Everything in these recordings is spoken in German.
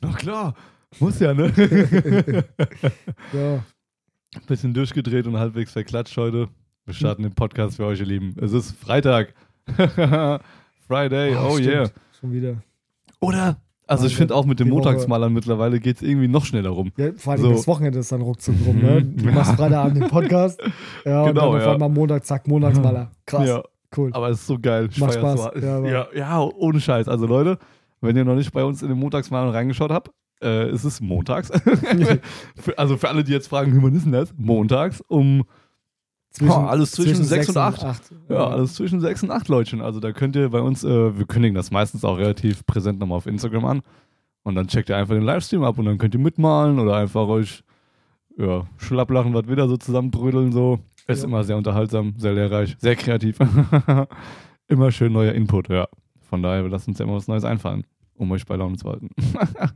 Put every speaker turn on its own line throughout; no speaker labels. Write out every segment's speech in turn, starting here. Na klar, muss ja, ne?
Ja.
Bisschen durchgedreht und halbwegs verklatscht heute. Wir starten den Podcast für euch, ihr Lieben. Es ist Freitag. Friday, oh,
Ah, stimmt.
yeah.
Schon wieder.
Oder? Also ich
Wahnsinn.
finde auch mit den
Die Woche-
Montagsmalern mittlerweile geht es irgendwie noch schneller rum.
Ja, vor allem
So.
das Wochenende ist dann ruckzuck rum. Ne? Du machst Freitagabend den Podcast. Ja, und
Genau,
dann auf
ja.
einmal Montag, zack, Montagsmaler. Krass,
Ja,
cool.
aber es ist so geil. Ich
Macht
feier's
Spaß.
so.
Ja, aber-
Ja, ja, ohne Scheiß. Also Leute, wenn ihr noch nicht bei uns in den Montagsmalern reingeschaut habt, äh, es ist montags. für, also für alle, die jetzt fragen, wie man ist denn das? Montags um, Boah, alles zwischen sechs und acht. ja, alles zwischen 6 und 8 Leutchen. Also da könnt ihr bei uns, äh, wir kündigen das meistens auch relativ präsent nochmal auf Instagram an. Und dann checkt ihr einfach den Livestream ab und dann könnt ihr mitmalen oder einfach euch ja, schlapplachen, was wieder so zusammenbrödeln. So. Ist
Ja.
immer sehr unterhaltsam, sehr lehrreich, sehr kreativ. immer schön neuer Input, ja. Von daher, wir lassen uns ja immer was Neues einfallen, um euch bei Laune zu halten.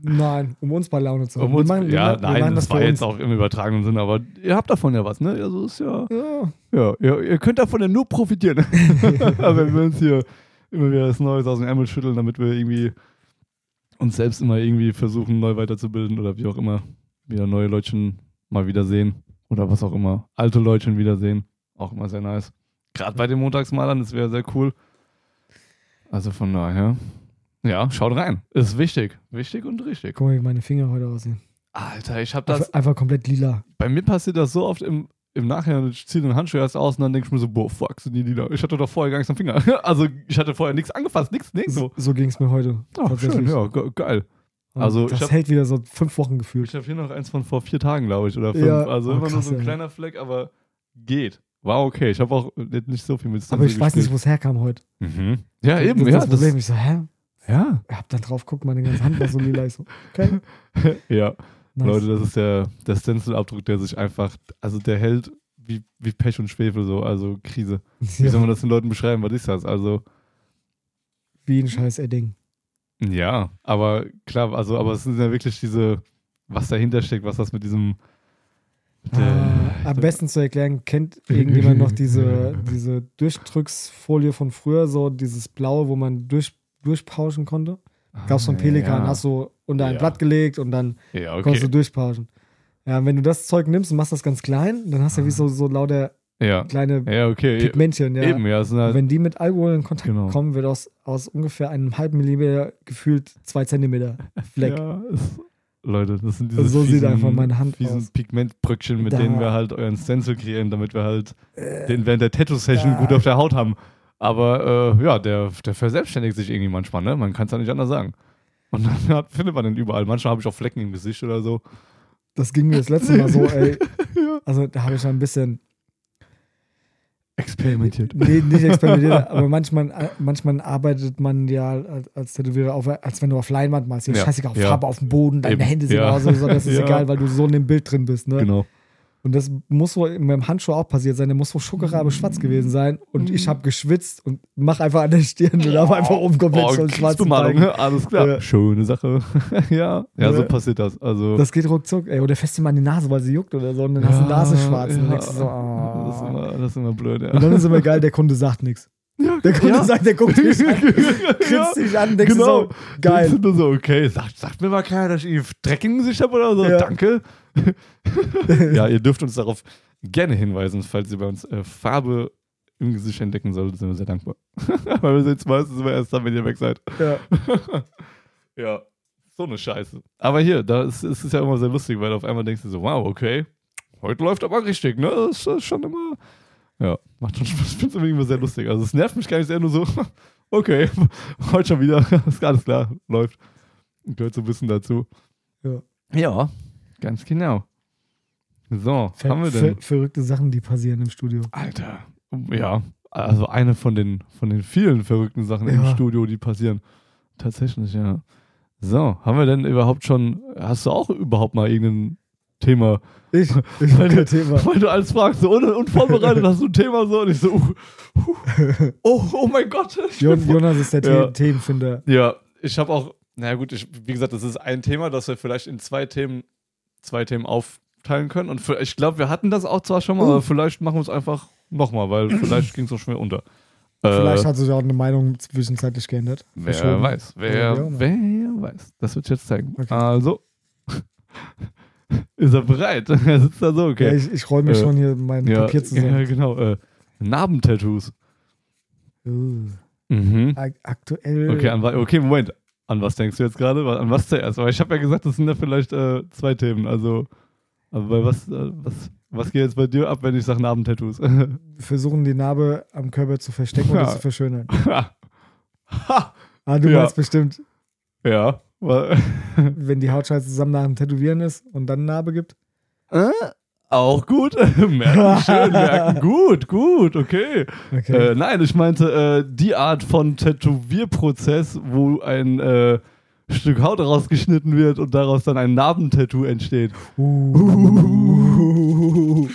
Nein, um uns bei Laune zu halten.
Um uns,
wir
ja,
machen, wir, machen- wir
nein,
machen
das,
das
war
für
jetzt
uns.
auch im übertragenen Sinn, aber ihr habt davon ja was, ne? Also ist ja,
Ja,
ja, ihr, ihr könnt davon ja nur profitieren. Wenn wir uns hier immer wieder was Neues aus dem Ärmel schütteln, damit wir irgendwie uns selbst immer irgendwie versuchen, neu weiterzubilden oder wie auch immer. Wieder neue Leutchen mal wiedersehen oder was auch immer. Alte Leutchen wiedersehen. Auch immer sehr nice. Gerade bei den Montagsmalern, das wäre sehr cool. Also von daher, ja, schaut rein. Ist wichtig. Wichtig und richtig.
guck mal, wie meine Finger heute aussehen.
Alter, ich hab das
Einfach, einfach komplett lila.
bei mir passiert das so oft im, im Nachhinein, ich ziehe den Handschuh erst aus und dann denke ich mir so, boah, fuck, sind die lila. Ich hatte doch vorher gar nichts am Finger. Also ich hatte vorher nichts angefasst, nichts, nichts. So.
So, so ging es mir heute.
Oh, schön,
tatsächlich.
ja, ge geil.
Und
Also, ich
das
hab-
hält wieder so fünf Wochen gefühlt.
Ich habe hier noch eins von vor vier Tagen, glaube ich, oder fünf.
Ja,
also
oh,
immer nur
krass,
so ein
ey.
kleiner Fleck, aber geht. War okay. Ich habe auch nicht so viel mit
Aber ich weiß nicht, wo es herkam heute.
nicht, mhm. Ja, eben,
das, ist
ja.
Das
Das,
Problem. Ich so, hä?
ja,
Ich hab dann drauf geguckt, meine ganze Hand war so lila. Ich so, okay,
ja.
nice.
Leute, das ist der, der Stencil-Abdruck, der sich einfach, also der hält wie, wie Pech und Schwefel so, also Krise. Wie
ja,
soll man das den Leuten beschreiben? Was ist das? Also,
wie ein scheiß Edding.
Ja, aber klar, also, aber es sind ja wirklich diese, was dahinter steckt, was das mit diesem. mit der-
Ah, am besten zu erklären, kennt irgendjemand noch diese, diese Durchdrücksfolie von früher, so dieses blaue, wo man durch, durchpauschen konnte? Ah, Gab's von Pelikan,
Ah, ja.
hast du unter ein
Ja.
Blatt gelegt und dann
Ja,
konntest du
okay.
durchpauschen. Ja, und wenn du das Zeug nimmst und machst das ganz klein, dann hast du ja wie so, so lauter
Ja,
kleine
Ah. ja okay.
Pigmentchen. Ja.
Eben, ja, es sind
Und
halt,
wenn die mit Alkohol in Kontakt
Genau.
kommen, wird aus, aus ungefähr einem halben Millimeter gefühlt zwei Zentimeter Fleck.
ja, es, Leute, das sind diese
So sieht
fiesen,
einfach meine Hand
fiesen
aus.
Pigmentbröckchen, mit
Da.
denen wir halt euren Stencil kreieren, damit wir halt
Äh,
den während der Tattoo-Session gut auf der Haut haben. Aber äh, ja, der, der verselbstständigt sich irgendwie manchmal, ne? Man kann es ja nicht anders sagen. Und dann hat, findet man den überall. Manchmal habe ich auch Flecken im Gesicht oder so.
Das ging mir das letzte Mal so, ey. Also da habe ich schon ein bisschen
Experimentiert.
Nee, nicht experimentiert, aber manchmal, äh, manchmal arbeitet man ja als- als Tätowierer, auf, als wenn du auf Leinwand malst. Ja.
Ja.
Scheißegal,
Ja.
Farbe auf dem Boden, deine
Eben.
Hände sehen
Ja.
aus, so, das ist
Ja.
egal, weil du so in dem Bild drin bist. Ne?
Genau.
Und das muss wohl mit dem Handschuh auch passiert sein, der muss wohl Schokarabe schwarz gewesen sein und ich habe geschwitzt und mach einfach an der Stirn und habe einfach oben komplett
Oh,
so einen schwarzen
Kriegsbemalung,
Balken.
ne? alles klar.
Ja.
Schöne Sache. ja, ja, so
Ja.
passiert das. Also,
Das geht ruckzuck, ey, oder fest ihm an die Nase, weil sie juckt oder so und dann
ja,
hast du die Nase schwarz und
ja.
denkst du so, ah.
das, ist immer, das ist immer blöd, ja.
Und dann ist immer geil, der Kunde sagt nichts. Der Kunde
ja.
sagt, der guckt dich an,
Ja,
grinst dich an, denkst
genau.
du so, geil.
Denkst du nur so, okay, sagt, sagt mir mal keiner, dass ich irgendwie Dreck im Gesicht habe oder so.
Ja.
Danke. ja, ihr dürft uns darauf gerne hinweisen, falls ihr bei uns äh, Farbe im Gesicht entdecken solltet, sind wir sehr dankbar. Weil wir sind jetzt meistens immer erst dann, wenn ihr weg seid.
Ja.
Ja, so eine Scheiße. Aber hier, da ist, ist es ja immer sehr lustig, weil auf einmal denkst du so, wow, okay, heute läuft aber richtig, ne? Das ist, das ist schon immer. Ja, macht schon Spaß. Ich finde es immer sehr lustig. Also es nervt mich gar nicht sehr nur so, okay, heute schon wieder, ist alles klar, läuft. Gehört so ein bisschen dazu.
Ja.
Ja, ganz genau. So,
Ver
haben wir denn?
Ver verrückte Sachen, die passieren im Studio.
Alter. Ja, also eine von den, von den vielen verrückten Sachen im
Ja.
Studio, die passieren. Tatsächlich, ja. So, haben wir denn überhaupt schon, hast du auch überhaupt mal irgendein Thema?
Ich, ich hab kein Thema.
Weil du alles fragst, so un unvorbereitet hast du ein Thema so und ich so, uh, uh, oh, oh mein Gott. ich bin
Jon Jonas ist der
Ja.
The Themenfinder.
ja, ich habe auch, naja gut, ich, wie gesagt, das ist ein Thema, das wir vielleicht in zwei Themen, zwei Themen aufteilen können. Und
Uh.
für, ich glaube, wir hatten das auch zwar schon mal, aber vielleicht machen wir es einfach nochmal, weil vielleicht ging es auch schon wieder unter.
Äh,
Äh,
Vielleicht hat sich auch eine Meinung zwischenzeitlich geändert.
Wer
Verschoben.
weiß, wer,
Ja, ja.
wer weiß. Das wird jetzt zeigen.
Okay.
Also, ist er bereit? er sitzt da so,
Ja,
okay.
ich ich roll mir
Äh,
schon hier mein Papier
ja
zusammen.
genau. Äh, Narbentattoos.
Uh,
Mhm.
ak- aktuell.
Okay, an, wa- okay, Moment. An was denkst du jetzt gerade? Wa- An was zuerst? Weil ich habe ja gesagt, das sind ja vielleicht äh, zwei Themen. Also, aber bei was, äh, was, was geht jetzt bei dir ab, wenn ich sage Narbentattoos?
versuchen die Narbe am Körper zu verstecken oder
Ja.
zu verschönern.
ha. Ha.
Ah, du
Ja.
meinst bestimmt,
Ja. Wa-
wenn die Hautscheiße zusammen nach dem Tätowieren ist und dann Narbe gibt.
Auch gut. merken schön, merken gut, gut, okay.
Okay.
Äh, nein, ich meinte äh, die Art von Tätowierprozess, wo ein äh, Stück Haut rausgeschnitten wird und daraus dann ein Narbentattoo entsteht. ja,
Uh.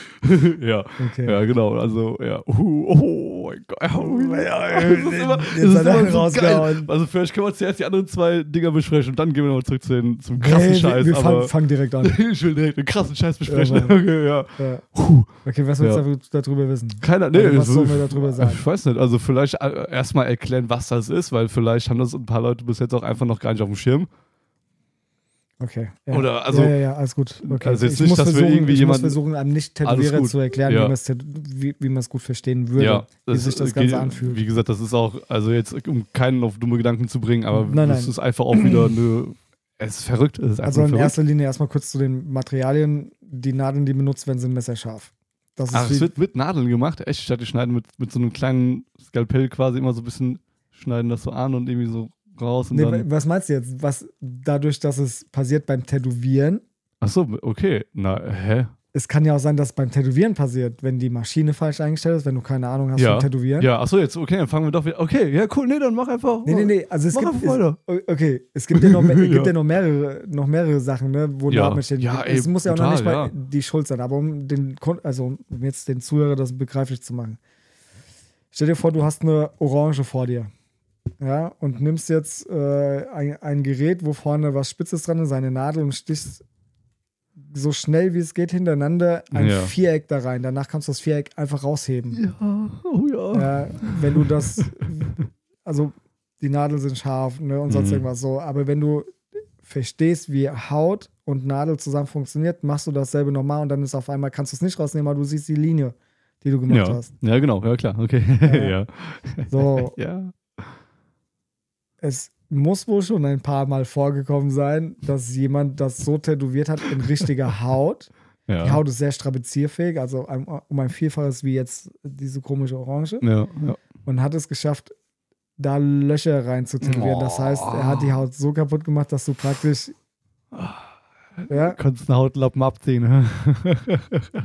Okay.
ja, genau. Also, ja. Uh, oh mein Gott. Oh, ja,
Jetzt
es ist immer,
hat
es ist
er
immer
einen
so geil.
rausgehauen.
Also, vielleicht können wir zuerst die anderen zwei Dinger besprechen und dann gehen wir nochmal zurück zu den, zum krassen
Nee,
Scheiß.
Wir, wir
aber
fangen, fangen direkt an.
ich will direkt den krassen Scheiß besprechen.
Ja, Mann.
okay, ja.
Ja.
Puh.
Okay, was willst
Ja.
du da- darüber wissen?
Keiner, nee,
Also, was
so-
sollen wir darüber sagen?
Ich weiß nicht. Also vielleicht äh, erstmal erklären, was das ist, weil vielleicht haben das ein paar Leute bis jetzt auch einfach noch gar nicht auf dem Schirm.
Okay. Ja.
Oder, also-
ja, ja, ja, alles gut. Okay.
Also jetzt
ich
nicht,
muss
dass wir
versuchen,
irgendwie
ich muss
jemanden-
versuchen, einem
Alles
Nicht-Tätowierer
gut.
zu erklären,
Ja.
wie man es tät- wie, wie man's gut verstehen würde, Also wie sich das
äh,
Ganze
geht-
anfühlt.
Wie gesagt, das ist auch, also jetzt, um keinen auf dumme Gedanken zu bringen, aber
Nein,
das
nein.
ist einfach auch wieder eine. Es ist verrückt. Es ist einfach
Also
also
in
verrückt.
erster Linie erstmal kurz zu den Materialien. Die Nadeln, die benutzt werden, sind messerscharf. Das ist
Ach,
wie,
es wird mit Nadeln gemacht. Echt, ich dachte, die schneiden mit, mit so einem kleinen Skalpell quasi immer so ein bisschen, schneiden das so an und irgendwie so raus und
nee, wa-
dann.
was meinst du jetzt? Was dadurch, dass es passiert beim Tätowieren,
Ach so, okay. Na, hä?
es kann ja auch sein, dass es beim Tätowieren passiert, wenn die Maschine falsch eingestellt ist, wenn du keine Ahnung hast
Ja.
vom Tätowieren.
Ja, ach so, jetzt, okay, dann fangen wir doch wieder. Okay, ja, cool, nee, dann mach einfach.
Nee, nee, nee. Also es
Mach
gibt,
einfach
es,
weiter.
okay, es gibt ja noch, mehr- es gibt
Ja.
ja. noch, mehrere, noch mehrere Sachen, ne, wo
Ja.
Namen stehen.
Ja, ey,
es muss ja auch noch nicht
brutal,
mal die Schuld sein, aber um den, Kon- also um jetzt den Zuhörer das begreiflich zu machen. Stell dir vor, du hast eine Orange vor dir. Ja, und nimmst jetzt äh, ein, ein Gerät, wo vorne was Spitzes dran ist, eine Nadel und stichst so schnell wie es geht hintereinander ein
Ja.
Viereck da rein. Danach kannst du das Viereck einfach rausheben.
Ja, oh ja.
Ja, Äh, wenn du das, also die Nadeln sind scharf ne, und sonst
Mhm.
irgendwas so, aber wenn du verstehst, wie Haut und Nadel zusammen funktioniert, machst du dasselbe nochmal und dann ist auf einmal, kannst du es nicht rausnehmen, aber du siehst die Linie, die du gemacht
Ja.
hast.
ja, genau, ja klar, okay.
Ja. Oh.
Ja.
So,
ja.
es muss wohl schon ein paar Mal vorgekommen sein, dass jemand das so tätowiert hat in richtiger Haut.
Ja.
Die Haut ist sehr strapazierfähig, also ein- um ein Vielfaches wie jetzt diese komische Orange.
Ja, ja.
und hat es geschafft, da Löcher rein zu tätowieren. Das heißt, er hat die Haut so kaputt gemacht, dass du praktisch
Ah.
ja,
Kannst einen Hautlappen abziehen. hä?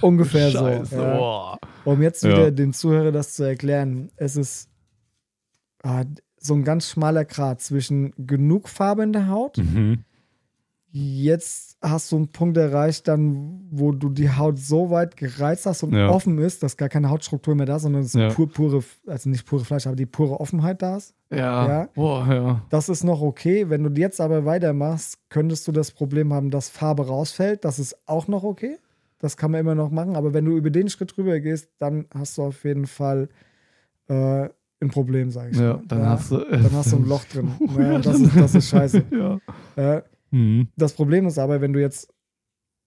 ungefähr
Scheiße.
so. Ja.
boah.
Um jetzt
Ja.
wieder dem Zuhörer das zu erklären, es ist ah, so ein ganz schmaler Grat zwischen genug Farbe in der Haut.
Mhm.
Jetzt hast du einen Punkt erreicht, dann, wo du die Haut so weit gereizt hast und
Ja.
offen ist, dass gar keine Hautstruktur mehr da ist, sondern es
Ja.
pur, pure, also nicht pure Fleisch, aber die pure Offenheit da ist.
Ja.
Ja.
Boah, ja.
Das ist noch okay. Wenn du jetzt aber weitermachst, könntest du das Problem haben, dass Farbe rausfällt. Das ist auch noch okay. Das kann man immer noch machen. Aber wenn du über den Schritt rüber gehst, dann hast du auf jeden Fall äh, ein Problem, sag ich
Ja,
mal.
dann hast du.
dann hast du ein Loch drin.
Uh,
ja,
ja,
das,
dann-
ist, das ist scheiße.
ja.
Äh,
Mhm.
das Problem ist aber, wenn du jetzt,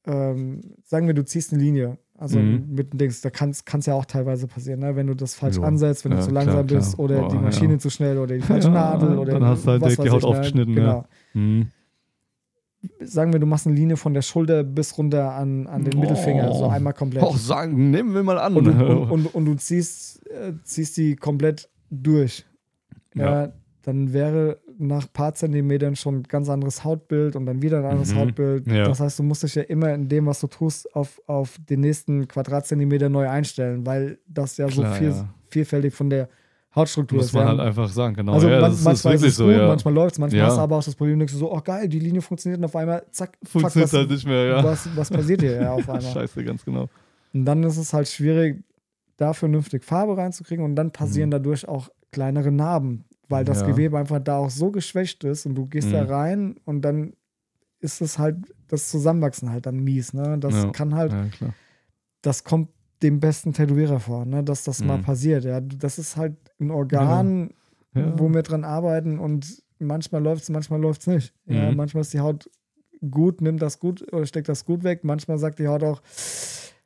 ähm, sagen wir, du ziehst eine Linie, also
Mhm.
mit dem Dings, da kann es ja auch teilweise passieren, ne? wenn du das falsch
Jo.
ansetzt, wenn
Ja,
du zu
klar,
langsam
klar.
bist oder
Boah,
die Maschine
ja.
zu schnell oder die falsche
Ja,
Nadel oder
dann hast du halt
was
direkt die Haut
weiß ich, ne?
aufgeschnitten, ja.
Genau.
Mhm.
Sagen wir, du machst eine Linie von der Schulter bis runter an, an den
Oh.
Mittelfinger, so einmal komplett.
Auch Oh, sagen, nehmen wir mal an. ne?
Und, du- und, und, und du ziehst, äh, ziehst die komplett durch. Ja. dann wäre nach ein paar Zentimetern schon ein ganz anderes Hautbild und dann wieder ein anderes
Mhm.
Hautbild.
Ja.
Das heißt, du musst dich ja immer in dem, was du tust, auf, auf den nächsten Quadratzentimeter neu einstellen, weil das ja so
Klar,
viel,
ja.
vielfältig von der Hautstruktur
muss
ist.
man
ja.
halt einfach sagen, genau.
also
ja,
man,
das ist-
manchmal
ist
ist
wirklich
es
so,
gut,
ja.
manchmal läuft es, manchmal
Ja.
hast du aber auch das Problem, denkst du so, oh geil, die Linie funktioniert und auf einmal, zack,
Funktioniert
fuck,
halt
was,
nicht mehr, ja.
was, was passiert hier ja, auf einmal?
Scheiße, ganz genau.
Und dann ist es halt schwierig, da vernünftig Farbe reinzukriegen und dann passieren dadurch auch kleinere Narben, weil
Mhm.
das
Ja.
Gewebe einfach da auch so geschwächt ist und du gehst da
Mhm.
rein und dann ist es halt, das Zusammenwachsen halt dann mies, ne? Das
Ja.
kann halt,
Ja, klar.
das kommt dem besten Tätowierer vor, ne? dass das mal
Mhm.
passiert. Ja? Das ist halt ein Organ,
Ja.
wo wir dran arbeiten und manchmal läuft es, manchmal läuft es nicht. Ja?
Mhm.
Manchmal ist die Haut gut, nimmt das gut oder steckt das gut weg. Manchmal sagt die Haut auch,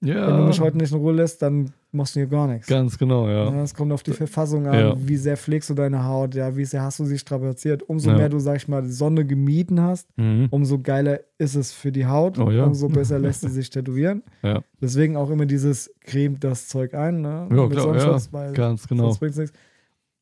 wenn du
Ja,
mich heute nicht in Ruhe lässt, dann machst du hier gar nichts.
ganz genau, ja.
Ja, es kommt auf die Verfassung an,
Ja.
wie sehr pflegst du deine Haut, ja, wie sehr hast du sie strapaziert. Umso
Ja.
mehr du, sag ich mal, die Sonne gemieden hast,
Mhm.
umso geiler ist es für die Haut,
Oh ja.
umso besser lässt sie sich tätowieren.
Ja.
Deswegen auch immer dieses cremt das Zeug ein, ne?
Ja, klar, ja.
Sonnenschutz, weil
Ganz genau.
sonst bringt's nichts.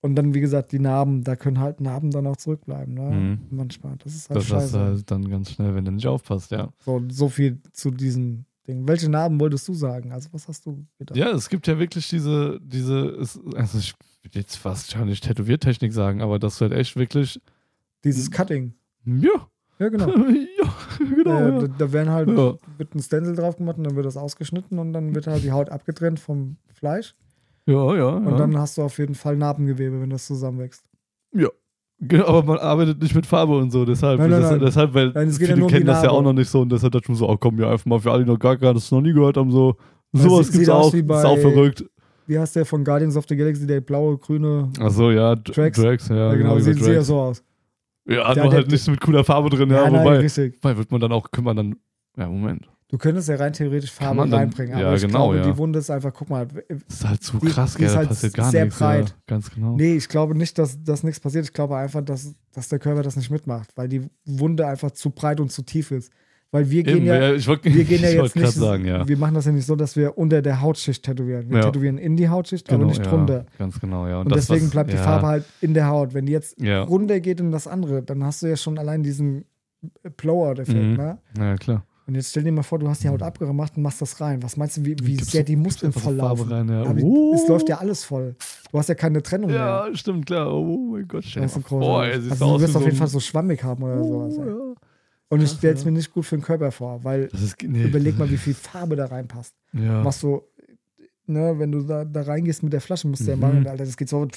Und dann, wie gesagt, die Narben, da können halt Narben dann auch zurückbleiben, ne?
Mhm.
Manchmal. Das ist halt
Das hast
scheiße.
du halt dann ganz schnell, wenn du nicht aufpasst, ja.
so, so viel zu diesem Ding. Welche Narben wolltest du sagen? Also, was hast du gedacht?
Ja, es gibt ja wirklich diese, diese, es- also ich will jetzt fast schon nicht Tätowiertechnik sagen, aber das halt echt wirklich,
Dieses Cutting.
ja,
Ja, genau.
ja, genau.
Äh,
ja.
da, da werden halt,
Ja.
wird ein Stencil drauf gemacht und dann wird das ausgeschnitten und dann wird halt die Haut abgetrennt vom Fleisch.
Ja, ja.
Und
ja.
dann hast du auf jeden Fall Narbengewebe, wenn das zusammenwächst.
Genau, aber man arbeitet nicht mit Farbe und so, deshalb.
Nein, nein,
das,
nein.
deshalb weil
Nein, es geht ja
viele
nur um die
kennen das ja
Narbe.
auch noch nicht so und deshalb dachte ich mir so, oh komm, ja, einfach mal für alle, die noch gar, gar das noch nie gehört haben, so.
Das
Sowas
sieht-
gibt's
sieht aus
auch,
wie bei-
ist auch verrückt.
Wie heißt der von Guardians of the Galaxy, der blaue, grüne?
Achso, ja, D-
Drax.
Drax, ja,
Ja,
genau,
genau,
wie bei
sieht, sieht ja
Drax.
so aus.
Ja,
Ja,
nur
der-
halt nichts mit cooler Farbe drin, ja,
nein,
wobei,
richtig.
wobei wird man dann auch, kann man dann, ja, Moment,
Du könntest ja rein theoretisch
Kann
Farbe
man dann-
reinbringen, aber
ja,
ich
genau,
glaube,
ja.
die Wunde ist einfach, guck mal,
das ist halt zu
Die-
krass,
die
gell,
ist
da
halt
passiert gar
sehr
nichts.
breit.
Ja, ganz genau.
nee, ich glaube nicht, dass, dass nichts passiert. Ich glaube einfach, dass, dass der Körper das nicht mitmacht, weil die Wunde einfach zu breit und zu tief ist. Weil wir gehen
Eben,
ja,
ja, ich wollte
wir gehen ja jetzt
gerade
nicht,
sagen, ja.
wir machen das ja nicht so, dass wir unter der Hautschicht tätowieren. Wir
Ja. Genau,
tätowieren in die Hautschicht, aber nicht
ja,
drunter.
Ganz genau, ja.
Und
das,
deswegen
was-
bleibt die
ja,
Farbe halt in der Haut. Wenn die jetzt
Ja,
runter geht in das andere, dann hast du ja schon allein diesen Blowout-Effekt.
Mhm.
Ne?
ja klar.
Und jetzt stell dir mal vor, du hast die Haut abgemacht und machst das rein. Was meinst du, wie, wie
Gibst
sehr
du-
die Muskeln
Einfach
voll
so Also Farbe
laufen?
rein, ja.
Aber
Oh.
es läuft ja alles voll. Du hast ja keine Trennung mehr.
Ja, stimmt, klar. Oh mein Gott, stell dir
Das
mal
ist
vor,
großartig.
ey, siehst
also
aus
du wirst
wie
auf
so
jeden
ein-
Fall so schwammig haben oder
Oh,
sowas. ey.
ja.
Und ich
krass,
stelle es
ja.
mir nicht gut für den Körper vor, weil
Das ist, nee.
überleg mal, wie viel Farbe da reinpasst.
ja.
machst du, ne, wenn du da, da reingehst mit der Flasche, musst du ja
Mhm.
machen, Alter, das geht so.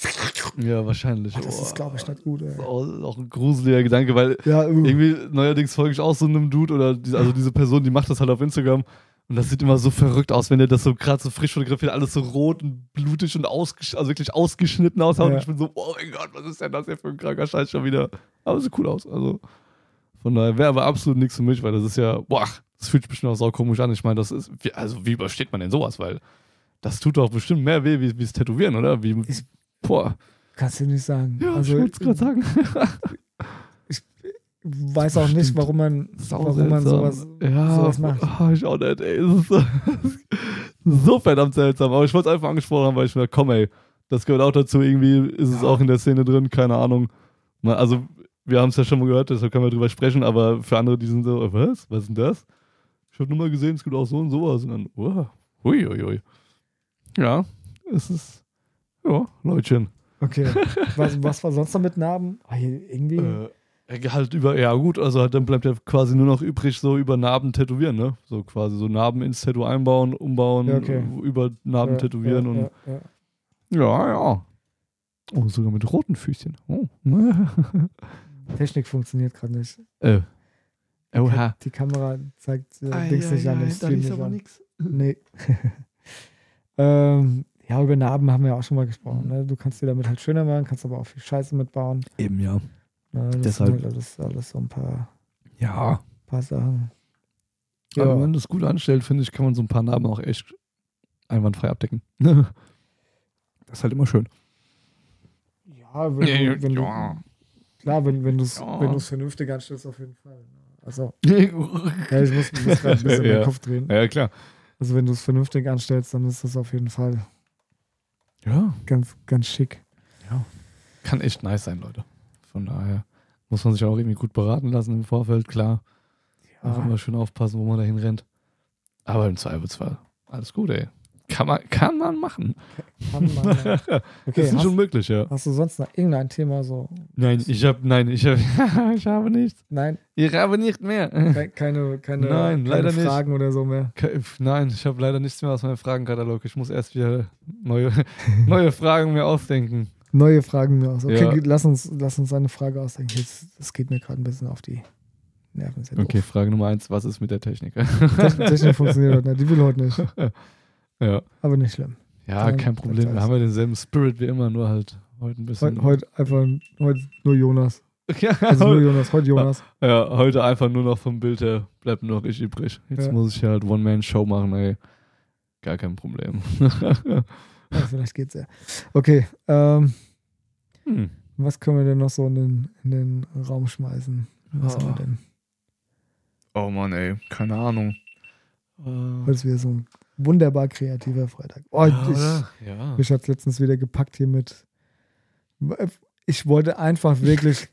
ja, wahrscheinlich.
Ach, das
Boah.
ist, glaube ich, nicht gut, ey.
Ist Auch, auch ein gruseliger Gedanke, weil
Ja, uh,
irgendwie neuerdings folge ich auch so einem Dude oder diese, also diese Person, die macht das halt auf Instagram. Und das sieht immer so verrückt aus, wenn der das so gerade so frisch fotografiert, alles so rot und blutig und ausgesch also wirklich ausgeschnitten ausschaut.
Ja.
Und ich bin so, oh mein Gott, was ist denn das hier für ein kranker Scheiß schon wieder? Aber sieht cool aus. Also von daher wäre aber absolut nichts für mich, weil das ist ja, boah, das fühlt sich bestimmt auch saukomisch an. Ich meine, das ist, wie, also wie übersteht man denn sowas? Weil das tut doch bestimmt mehr weh, wie wie es Tätowieren, oder? Wie,
Ich-
boah,
kannst du nicht sagen.
ja,
also,
ich wollte es gerade sagen.
weiß auch nicht,
Bestimmt.
warum man,
Sau
warum man
seltsam.
sowas.
ja,
sowas macht.
ah, ich auch nicht, ey. Es ist so, so verdammt seltsam. Aber ich wollte es einfach angesprochen haben, weil ich mir dachte, komm, ey, das gehört auch dazu. Irgendwie ist es
Ja.
auch in der Szene drin, keine Ahnung. Mal, Also, wir haben es ja schon mal gehört, deshalb können wir drüber sprechen. Aber für andere, die sind so, äh, was? Was ist denn das? Ich habe nur mal gesehen, es gibt auch so und sowas. Und dann, wow, hui, hui, hui. Ja, es ist, ja, Leutchen.
Okay. was, was war sonst noch mit Narben? Ah, hier, irgendwie.
Äh, halt über, ja gut, also halt, dann bleibt ja quasi nur noch übrig, so über Narben tätowieren, ne? So quasi so Narben ins Tattoo einbauen, umbauen,
Ja, okay.
äh, über Narben
ja,
tätowieren
ja,
und
Ja, ja.
ja, ja. Oh, sogar mit roten Füßchen. Oh.
Technik funktioniert gerade nicht.
äh. Oha.
Die Kamera zeigt äh, Dings nicht an, den Stream nicht an.
nichts.
Nee. ähm, ja, über Narben haben wir ja auch schon mal
Mhm.
gesprochen. Ne? Du kannst dir damit halt schöner machen, kannst aber auch viel Scheiße mitbauen.
Eben, ja.
Ja, das
Deshalb-
sind halt alles, alles so ein paar,
Ja.
paar Sachen.
ja. Aber wenn
Ja,
man das gut anstellt, finde ich, kann man so ein paar Narben auch echt einwandfrei abdecken. das ist halt immer schön.
ja, wenn, du- wenn
Ja.
du, klar, wenn, wenn du es
Ja.
wenn du's vernünftig anstellst, auf jeden Fall. Also,
ja,
ja, ich muss, muss gerade ein bisschen
Ja.
meinen Kopf drehen.
klar.
Also, wenn du es vernünftig anstellst, dann ist das auf jeden Fall
Ja.
ganz, ganz schick.
kann echt nice sein, Leute. Von daher muss man sich auch irgendwie gut beraten lassen im Vorfeld, klar. Auch
Ja,
immer schön aufpassen, wo man dahin rennt. Aber im Zweifelsfall, alles gut, ey. Kann man, kann man machen.
kann man, ja.
das
okay,
ist
hast,
schon möglich, ja.
hast du sonst noch irgendein Thema so?
Nein, ich habe, nein, ich habe, ich habe nichts.
Nein,
Ich habe nicht mehr.
ke- keine, keine,
Nein,
keine
leider nicht.
Fragen oder so mehr.
Ke- Nein, ich habe leider nichts mehr aus meinem Fragenkatalog. Ich muss erst wieder neue, neue Fragen mir ausdenken.
Neue Fragen mir aus. Okay,
Ja.
ge- lass, uns, lass uns eine Frage ausdenken. Jetzt, das geht mir gerade ein bisschen auf die Nerven. Ist ja doof.
Okay, Frage Nummer eins. Was ist mit der Technik?
ne? Techn- Technik funktioniert heute nicht. Die will heute nicht.
Ja,
Aber nicht schlimm.
ja
Dann
kein Problem.
alles.
Da haben wir denselben Spirit wie immer, nur halt heute ein bisschen.
Heute, heute einfach heute nur Jonas.
ja,
Also nur
heute,
Jonas, heute Jonas.
ja, heute einfach nur noch vom Bild her bleibt nur noch ich übrig. Jetzt
Ja.
muss ich halt One-Man-Show machen, ey. Gar kein Problem.
Ja, vielleicht geht's ja. Okay, ähm,
hm.
was können wir denn noch so in den, in den Raum schmeißen? Was
Oh.
haben wir denn?
Oh Mann, ey. Keine Ahnung.
Heute ist wieder so ein wunderbar kreativer Freitag. Oh,
ja,
ich,
oder? ja.
Mich hat es letztens wieder gepackt hier mit. äh, Ich wollte einfach wirklich.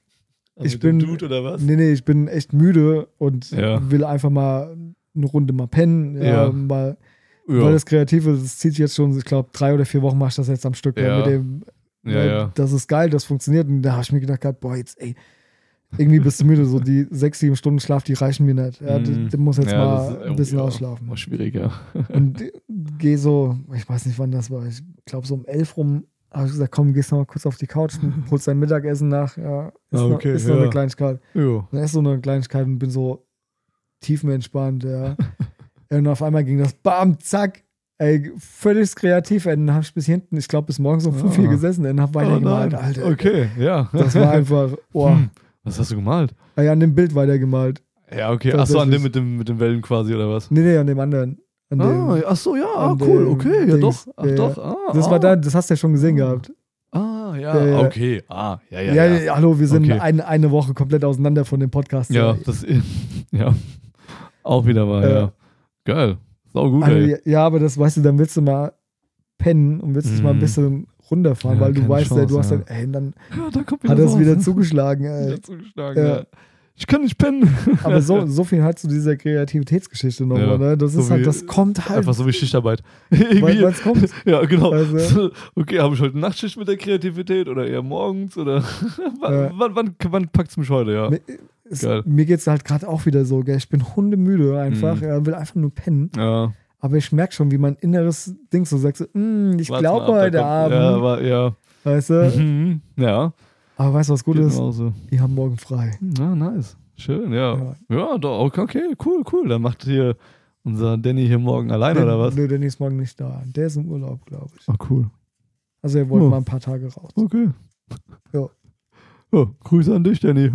ich
mit dem
bin-
Dude oder was?
nee, nee, ich bin echt müde und
Ja.
will einfach mal eine Runde mal pennen. Ja,
Ja.
Mal,
Ja.
Weil das Kreative, das zieht sich jetzt schon, ich glaube, drei oder vier Wochen mache ich das jetzt am Stück. ne,
Ja.
Mit dem,
ja,
ne,
ja.
Das ist geil, das funktioniert. Und da habe ich mir gedacht, gehabt, boah, jetzt, ey. Irgendwie bist du müde, so die sechs, sieben Stunden Schlaf, die reichen mir nicht. Ja,
Mhm.
Du musst jetzt
Ja, das
mal
ist-
ein bisschen
ja,
ausschlafen.
War schwierig, ja.
Und gehe so, ich weiß nicht, wann das war, ich glaube so um elf rum, habe ich gesagt, komm, gehst noch mal kurz auf die Couch, holst dein Mittagessen nach, ja, ist,
Ah, okay,
noch, ist noch eine
ja.
Kleinigkeit.
Ja.
Dann ist so eine Kleinigkeit und bin so tiefenentspannt, ja. und auf einmal ging das, bam, zack, ey, völlig kreativ, ey, dann habe ich bis hinten, ich glaube bis morgens um fünf
Ah.
hier gesessen, dann habe weitergemalt, Alter.
Okay, ja.
Das war einfach, oh,
Hm. Was hast du gemalt?
ey, an dem Bild weitergemalt.
Ja, okay.
Das-
Achso,
das
an dem
ist-
mit dem mit den Wellen quasi oder was?
Nee, nee, an dem anderen. An dem,
Ah, ach so, ja, ah,
an
cool,
dem
okay, ja
Dings,
doch, ach
ja,
doch, ah,
das
ah,
war da, das hast du ja schon gesehen gehabt.
Ah,
Ja,
ja,
ja.
okay, ah, ja, ja,
Ja,
ja,
ja, hallo, wir sind
Okay.
ein, eine Woche komplett auseinander von dem Podcast.
Ja, das, ja, auch wieder mal,
Äh,
ja, geil, sau gut,
Also,
ey.
ja, ja, aber das weißt du, dann willst du mal pennen und willst dich mal ein
Mhm.
bisschen runterfahren,
Ja,
weil du
keine
weißt, ey, du
Chance,
hast
ja.
dann, ey, dann
Ja, da kommt
hat er es
sowas.
wieder zugeschlagen. Ey.
Wieder zugeschlagen,
Ja.
ne? ja. Ich kann nicht pennen.
Aber so, so viel halt zu dieser Kreativitätsgeschichte nochmal,
Ja,
ne? Das
so
ist halt,
wie-
das kommt halt,
Einfach so wie Schichtarbeit.
weil
Irgendwie-
es kommt.
ja, genau.
Also-
okay, habe ich heute Nachtschicht mit der Kreativität oder eher morgens oder wann,
Ja.
wann, wann, wann packt es mich heute, ja?
Mir, es,
Geil.
mir geht es halt gerade auch wieder so, gell? Ich bin hundemüde einfach,
Mhm.
ja, will einfach nur pennen.
Ja,
Aber ich merke schon, wie mein inneres Ding so sagt, so, "Mm, ich
warte
glaube
mal ab,
heute
da kommt-
Abend,
Ja, war,
weißt
ja.
du?
Mhm, ja,
Aber weißt du, was gut
geht
ist?
mir auch so.
Die haben morgen frei.
Na, nice. Schön, ja.
Ja.
Ja, doch, okay, okay, cool, cool. Dann macht hier unser Danny hier morgen allein
Den-
oder was?
Nö, der ist morgen nicht da. Der ist im Urlaub, glaube ich.
Ah, cool.
Also er wollte
Oh.
mal ein paar Tage raus.
Okay.
Ja.
Ja, Grüße an dich, Danny.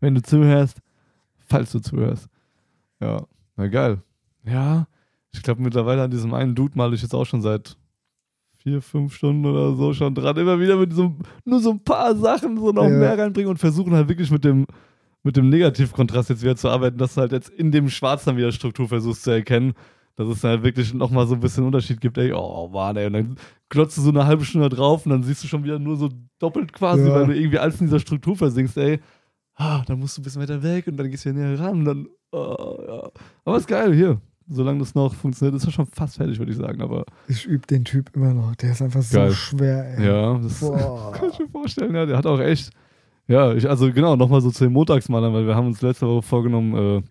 Wenn du zuhörst, falls du zuhörst. Ja, na geil. Ja, ich glaube mittlerweile an diesem einen Dude male ich jetzt auch schon seit vier, fünf Stunden oder so schon dran. Immer wieder mit so, nur so ein paar Sachen so noch
Ja.
mehr reinbringen und versuchen halt wirklich mit dem, mit dem Negativkontrast jetzt wieder zu arbeiten, dass du halt jetzt in dem Schwarz dann wieder Struktur versuchst zu erkennen. Dass es dann halt wirklich nochmal so ein bisschen Unterschied gibt. Ey, oh Mann, ey. Und dann klotzt du so eine halbe Stunde drauf und dann siehst du schon wieder nur so doppelt quasi,
Ja.
weil du irgendwie alles in dieser Struktur versinkst, ey. Ah, dann musst du ein bisschen weiter weg und dann gehst du wieder näher ran und dann. ah, ja. Aber ist geil, hier. Solange das noch funktioniert, ist er schon fast fertig, würde ich sagen. Aber
Ich übe den Typ immer noch. Der ist einfach so
Geil.
schwer, ey.
ja, das kann
Boah.
ich mir vorstellen, ja. Der hat auch echt. Ja, ich, also genau, nochmal so zu den Montagsmalern, weil wir haben uns letzte Woche vorgenommen, äh,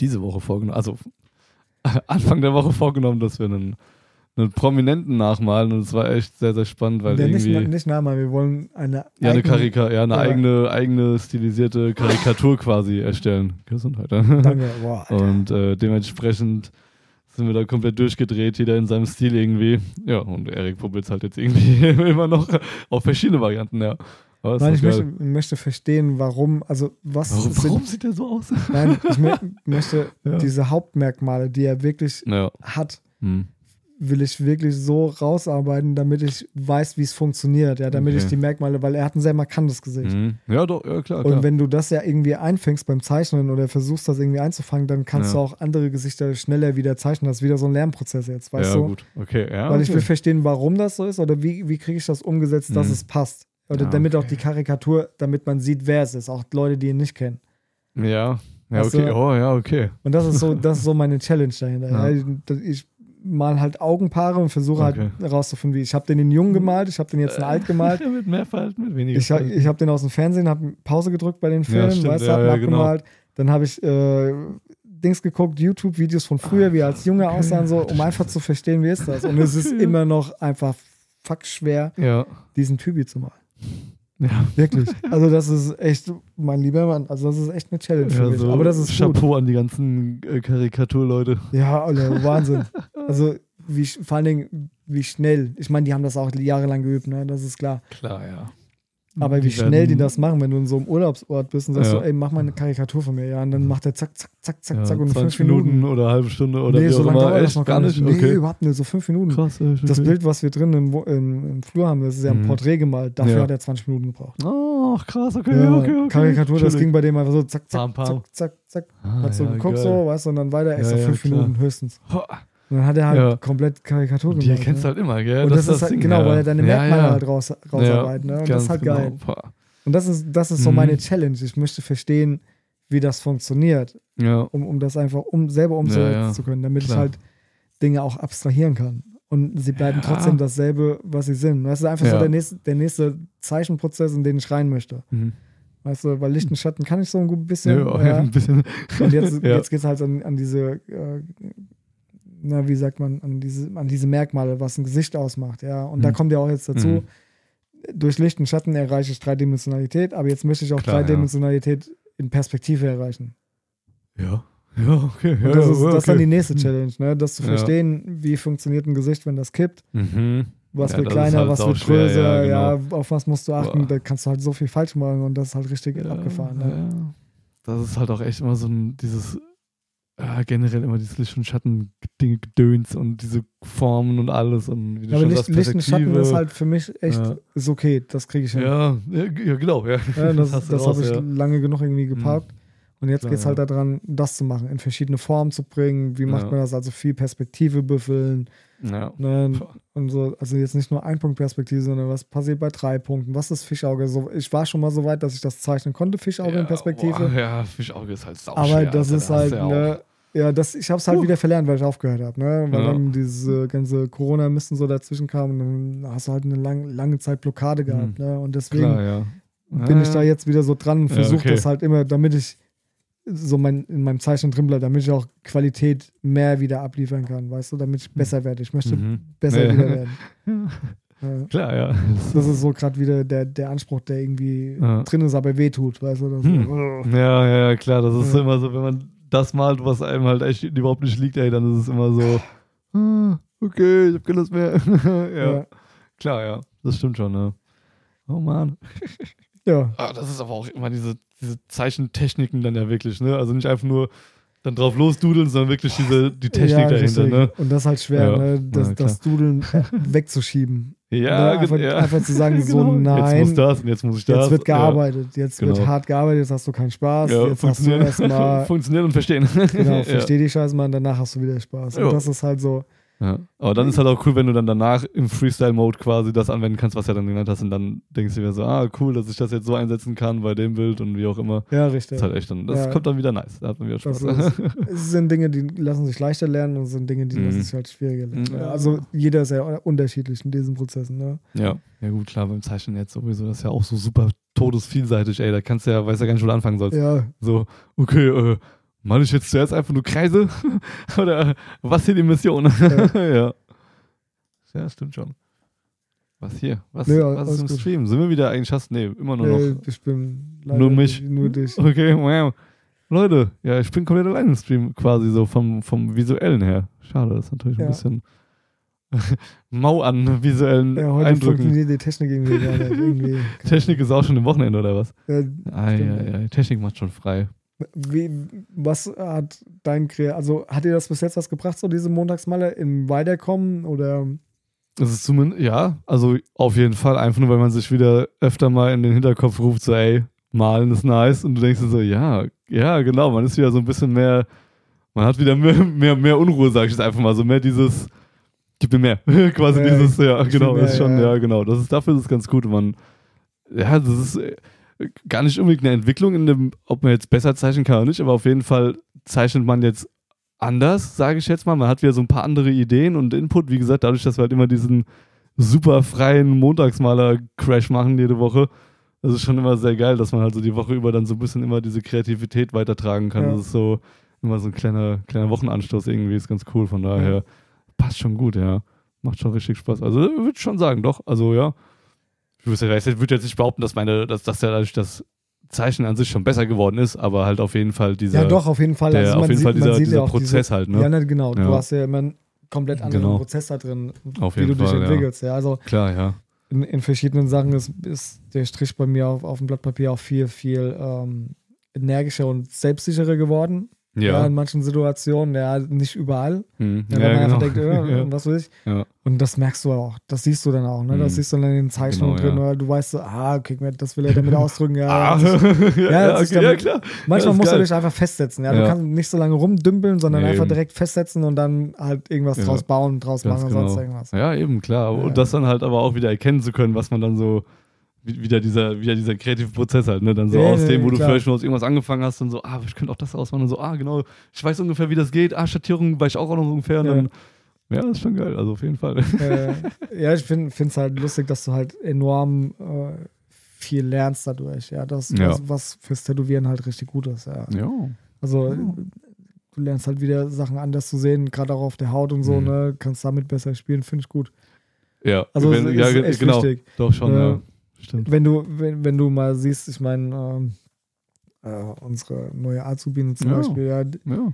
diese Woche vorgenommen, also Anfang der Woche vorgenommen, dass wir einen, einen Prominenten nachmalen und es war echt sehr, sehr spannend, weil
Der nicht,
irgendwie.
nicht nah mal, wir wollen eine
Ja, eine,
eigene-
Karika ja, eine
Ja.
eigene, eigene stilisierte Karikatur quasi erstellen. Gesundheit. ja.
Danke, boah. Alter.
Und äh, dementsprechend sind wir da komplett durchgedreht, jeder in seinem Stil irgendwie. Ja, und Erik probiert halt jetzt irgendwie immer noch auf verschiedene Varianten, ja. Aber ist
Nein,
doch
ich
geil.
möchte, möchte verstehen, warum, also was
warum,
sind.
warum sieht der so aus?
Nein, ich mö- möchte
Ja.
diese Hauptmerkmale, die er wirklich
Ja.
hat,
Hm.
will ich wirklich so rausarbeiten, damit ich weiß, wie es funktioniert. Ja, damit ich
Okay.
die Merkmale, weil er hat ein sehr markantes Gesicht.
Mhm. Ja, doch, ja, klar.
Und
klar.
wenn du das ja irgendwie einfängst beim Zeichnen oder versuchst, das irgendwie einzufangen, dann kannst
Ja.
du auch andere Gesichter schneller wieder zeichnen. Das ist wieder so ein Lernprozess jetzt, weißt
ja,
du?
gut. Okay, ja.
Weil ich will
Ah, okay.
verstehen, warum das so ist oder wie, wie kriege ich das umgesetzt, dass
Mhm.
es passt. Oder
Ja,
damit auch
okay.
die Karikatur, damit man sieht, wer es ist. Auch Leute, die ihn nicht kennen.
Ja. Ja,
Hast
okay.
du-
Oh, ja, okay.
Und das ist so, das ist so meine Challenge dahinter.
Ja.
Ja. Ich, ich mal halt Augenpaare und versuche
Okay.
halt herauszufinden, wie ich habe den in jung gemalt, ich habe den jetzt in alt gemalt.
mit mehr Falten, mit weniger
Ich, hab-
Falten.
ich habe den aus dem Fernsehen, habe Pause gedrückt bei den Filmen,
stimmt,
weißt du,
ja,
hab
ja, genau.
nachgemalt. Dann habe ich äh, Dings geguckt, YouTube-Videos von früher, wie er
Ah,
als Junge aussah und so, um einfach zu verstehen, wie ist das. Und es ist immer noch einfach fuck schwer,
Ja.
diesen Typi zu malen.
Ja.
Wirklich. Also das ist echt, mein lieber Mann, also das ist echt eine Challenge für
Ja,
mich.
so
Aber das ist gut.
Chapeau an die ganzen äh, Karikaturleute.
Ja, Alter, Wahnsinn. Also wie, sch- vor allen Dingen, wie schnell. Ich meine, die haben das auch jahrelang geübt, ne? das ist klar.
Klar, ja.
Aber wie
Die werden-
schnell die das machen, wenn du in so einem Urlaubsort bist und sagst
Ja.
so, ey, mach mal eine Karikatur von mir, ja. Und dann macht der zack, zack, zack, zack,
ja
zack und in
20
fünf Minuten.
Minuten oder eine halbe Stunde oder
nee,
wie
so
auch
lange
immer.
dauert das
Echt
noch
gar nicht.
Nee,
Okay.
überhaupt nicht, so fünf Minuten.
Krass, ja,
Hm. Das
okay.
Bild, was wir drin im, Wo- im, im Flur haben, das ist ja ein
Mhm.
Porträt gemalt. Dafür
Ja.
hat er 20 Minuten gebraucht.
Ach, krass, okay,
Ja,
okay, okay.
Karikatur, das ging
Entschuldigung.
bei dem einfach so zack, zack,
Pam, pam.
zack, zack, zack.
Ah,
hat so
ja,
geguckt,
geil.
so, weißt du, und dann weiter
Ja,
extra
ja,
fünf
klar.
Minuten höchstens.
Ho,
Und dann hat er halt
Ja.
komplett Karikatur
Die
gemacht.
erkennst du
ne?
halt immer, gell?
Und das, ist halt,
Ding,
genau,
ja.
weil er deine
Ja,
Merkmale
ja.
halt raus, rausarbeitet. ne? Und das
ganz
ist halt
genau.
geil.
Boah.
Und das ist, das ist so
Mhm.
meine Challenge. Ich möchte verstehen, wie das funktioniert,
Ja,
um, um das einfach um selber umsetzen
Ja, ja.
zu können, damit ich
Klar.
halt Dinge auch abstrahieren kann. Und sie bleiben
Ja.
trotzdem dasselbe, was sie sind. Das ist einfach so
Ja.
der nächste, der nächste Zeichenprozess, in den ich rein möchte.
Mhm.
Weißt du, weil Licht und Schatten kann ich so ein gut bisschen.
ja,
ja.
ein bisschen.
Und jetzt,
Ja.
jetzt geht es halt an, an diese, äh, na, wie sagt man, an diese, an diese Merkmale, was ein Gesicht ausmacht, ja. Und da
Mhm.
kommt ja auch jetzt dazu,
Mhm.
durch Licht und Schatten erreiche ich Dreidimensionalität, aber jetzt möchte ich auch
Klar, ja.
Dreidimensionalität in Perspektive erreichen.
Ja, ja, okay.
Und
ja,
das,
ja,
ist,
okay. Mhm.
das ist dann die nächste Challenge, ne? Das zu
Ja.
verstehen, wie funktioniert ein Gesicht, wenn das kippt,
Mhm.
was
Ja,
wird
das ist
kleiner,
halt
was wird
sauschwer,
größer, ja,
ja, genau.
auf was musst du achten,
Boah.
da kannst du halt so viel falsch machen und das ist halt richtig
Ja,
abgefahren. Ne?
ja. Das ist halt auch echt immer so ein, dieses, ja, generell immer dieses Licht- und Schatten-Gedöns und diese Formen und alles und wie du
Ja, aber
schon
Licht,
sagst,
Licht und Schatten
Perspektive.
ist halt für mich echt,
Ja.
ist okay, das kriege ich hin.
Ja, ja, g- ja, genau, ja.
Ja, das
Hast du
das
raus,
habe ich
ja. Hm.
lange genug irgendwie geparkt. Und jetzt
Klar,
geht es halt daran, das zu machen, in verschiedene Formen zu bringen. Wie macht
Ja.
man das? Also viel Perspektive büffeln.
Ja.
Ne?
Puh.
Und so, also jetzt nicht nur ein Punkt Perspektive, sondern was passiert bei drei Punkten? Was ist Fischauge? So, ich war schon mal so weit, dass ich das zeichnen konnte, Fischauge in Perspektive.
Boah, ja, Fischauge ist halt sauschwer.
Aber das
Alter,
ist
da hast
halt,
du ja auch-
ne, ja, das, ich habe es halt
Puh.
wieder verlernt, weil ich aufgehört habe, ne? Weil
Ja.
dann diese ganze Corona-Misten so dazwischen kam und dann hast du halt eine lang, lange Zeit Blockade gehabt, ne? Und deswegen
Hm. Klar, ja.
bin
Ja,
ich da
ja.
jetzt wieder so dran und
Ja,
versuche
okay.
das halt immer, damit ich so mein, in meinem Zeichen drin bleibe, damit ich auch Qualität mehr wieder abliefern kann, weißt du, damit ich besser werde. Ich möchte
Hm. Mhm.
besser
Ja.
wieder werden.
Ja.
Ja.
Klar, ja.
Das ist so gerade wieder der, der Anspruch, der irgendwie
Ja.
drin ist, aber wehtut, weißt du. Das
Hm. Ja, ja, ja, klar, das ist
Ja.
immer so, wenn man das malt, was einem halt echt überhaupt nicht liegt, ey, dann ist es immer so, ah, okay, ich hab keine Lust mehr. ja,
ja.
klar, ja, das stimmt schon, ne? Oh Mann.
ja.
Ah, das ist aber auch immer diese, diese Zeichentechniken dann ja wirklich, ne? Also nicht einfach nur dann drauf losdudeln, sondern wirklich diese, die Technik
Ja,
dahinter,
richtig.
ne?
Und das ist halt schwer,
Ja.
ne? das,
Ja, klar.
das Dudeln wegzuschieben.
Ja,
Ne, einfach-
ge- ja. Genau.
einfach zu sagen, so,
Jetzt muss
nein,
das und jetzt muss ich das.
Jetzt wird gearbeitet, jetzt wird
Genau.
hart gearbeitet, jetzt hast du keinen Spaß,
Ja, ja
jetzt hast du
funktionieren.
erstmal,
funktionieren und verstehen.
genau,
Ja.
versteh die Scheiße mal und danach hast du wieder Spaß.
Ja.
Und das ist halt so,
Ja. Aber dann ist halt auch cool, wenn du dann danach im Freestyle-Mode quasi das anwenden kannst, was du ja dann genannt hast. Und dann denkst du dir so, ah, cool, dass ich das jetzt so einsetzen kann bei dem Bild und wie auch immer.
Ja,
Das
richtig.
ist halt echt dann, das
Ja.
kommt dann wieder nice. Da hat man wieder Spaß.
Das ist, es sind Dinge, die lassen sich leichter lernen und es sind Dinge, die
Mhm.
lassen sich halt schwieriger lernen.
Ja.
Also jeder ist ja unterschiedlich in diesen Prozessen. Ne?
ja. ja, gut, klar, beim Zeichnen jetzt sowieso, das ist ja auch so super todesvielseitig, ey. Da kannst du ja, weißt ja gar nicht, wo du anfangen sollst.
Ja,
So, okay, äh, mach ich jetzt zuerst einfach nur Kreise? Oder äh, was hier die Mission? Ja. ja. stimmt schon. Was hier? Was,
Nö,
was
alles
ist im
gut.
Stream? Sind wir wieder eigentlich fast? Nee, immer nur noch.
nee, äh, ich bin leider
Nur mich.
Nur dich.
Okay, wow. Leute, ja, ich bin komplett allein im Stream, quasi so vom, vom visuellen her. Schade, das ist natürlich
Ja.
ein bisschen mau an visuellen
Ja, heute
Eindrücken.
funktioniert die Technik irgendwie gar nicht. Irgendwie.
Technik ist auch schon im Wochenende oder was?
Ja,
Ei,
Stimmt,
ei, ei. Technik macht schon frei.
Äh, wie, was hat dein Kre also hat dir das bis jetzt was gebracht, so diese Montagsmalle im Weiterkommen oder
Das ist zumindest, ja, also auf jeden Fall, einfach nur, weil man sich wieder öfter mal in den Hinterkopf ruft, so, ey, malen ist nice. Und du denkst dir so, ja, ja, genau, man ist wieder so ein bisschen mehr, man hat wieder mehr, mehr, mehr Unruhe, sag ich jetzt einfach mal, so mehr dieses, gib mir mehr, quasi
Ja,
dieses, ja,
gib mir
genau, das ist
mehr,
schon,
ja.
ja, genau, das ist, dafür ist es ganz gut, man, ja, das ist äh, gar nicht unbedingt eine Entwicklung in dem, ob man jetzt besser zeichnen kann oder nicht, aber auf jeden Fall zeichnet man jetzt anders, sage ich jetzt mal. Man hat wieder so ein paar andere Ideen und Input. Wie gesagt, dadurch, dass wir halt immer diesen super freien Montagsmaler-Crash machen jede Woche, das ist schon immer sehr geil, dass man halt so die Woche über dann so ein bisschen immer diese Kreativität weitertragen kann.
Ja.
Das ist so immer so ein kleiner, kleiner Wochenanstoß irgendwie, ist ganz cool. Von daher passt schon gut, ja. Macht schon richtig Spaß. Also würde ich schon sagen, doch. Also ja. Ich würde jetzt, ich würd jetzt nicht behaupten, dass meine, dass, dass ja dadurch das Zeichen an sich schon besser geworden ist, aber halt auf jeden Fall dieser
ja doch auf jeden Fall
der,
also man
auf jeden
sieht,
Fall
man
dieser,
sieht ja
dieser
auch diese-
Prozess halt, ne?
Ja, ne, genau.
Ja.
Du hast ja immer, komplett anderen
Genau.
Prozess da drin,
Auf
wie
jeden
du dich
Fall, ja.
entwickelst. Ja. also
Klar, ja.
in, in verschiedenen Sachen ist, ist der Strich bei mir auf, auf dem Blatt Papier auch viel, viel ähm, energischer und selbstsicherer geworden.
Ja.
in manchen Situationen, ja, nicht überall.
Hm.
Ja, wenn man
genau.
einfach denkt, äh,
ja.
was weiß ich.
Ja.
Und das merkst du auch, das siehst du dann auch, ne? Das
Mhm.
siehst du dann in den Zeichnungen
Genau,
drin,
ja.
oder du weißt so, ah, okay, das will er damit ausdrücken, ja.
Ah,
das ist-
ja, ja,
das ist
okay, ja,
damit-
klar. Ja,
Manchmal
ist
musst
geil.
du dich einfach festsetzen. Ja?
Ja.
Du kannst nicht so lange rumdümpeln, sondern
Nee,
einfach
eben.
direkt festsetzen und dann halt irgendwas
Ja.
draus bauen, draus
Ganz
machen,
genau.
sonst irgendwas.
Ja, eben, klar.
Ja.
Und das dann halt aber auch wieder erkennen zu können, was man dann so, wie- wieder dieser, wieder dieser kreative Prozess halt, ne? Dann so
Ja,
aus
ja,
dem, wo du
klar.
vielleicht schon aus irgendwas angefangen hast, dann so, ah, ich könnte auch das ausmachen und so, ah, genau, ich weiß ungefähr, wie das geht, ah, Schattierung weiß ich auch noch ungefähr. Und
Ja.
dann, ja, das ist schon geil, also auf jeden Fall.
äh, ja, ich finde es halt lustig, dass du halt enorm äh, viel lernst dadurch. Ja, das
Ja.
Was, was fürs Tätowieren halt richtig gut ist. Ja.
Ja.
Also du lernst halt wieder Sachen anders zu sehen, gerade auch auf der Haut und so.
Mhm.
Ne, kannst damit besser spielen, finde ich gut.
Ja,
Also
wenn-
es
ja,
ist
ge-
echt
genau.
wichtig.
Doch schon,
Äh,
ja. Stimmt.
Wenn du wenn, wenn du mal siehst, ich meine ähm, äh, unsere neue Azubine zum
Ja.
Beispiel, ja, d-
Ja.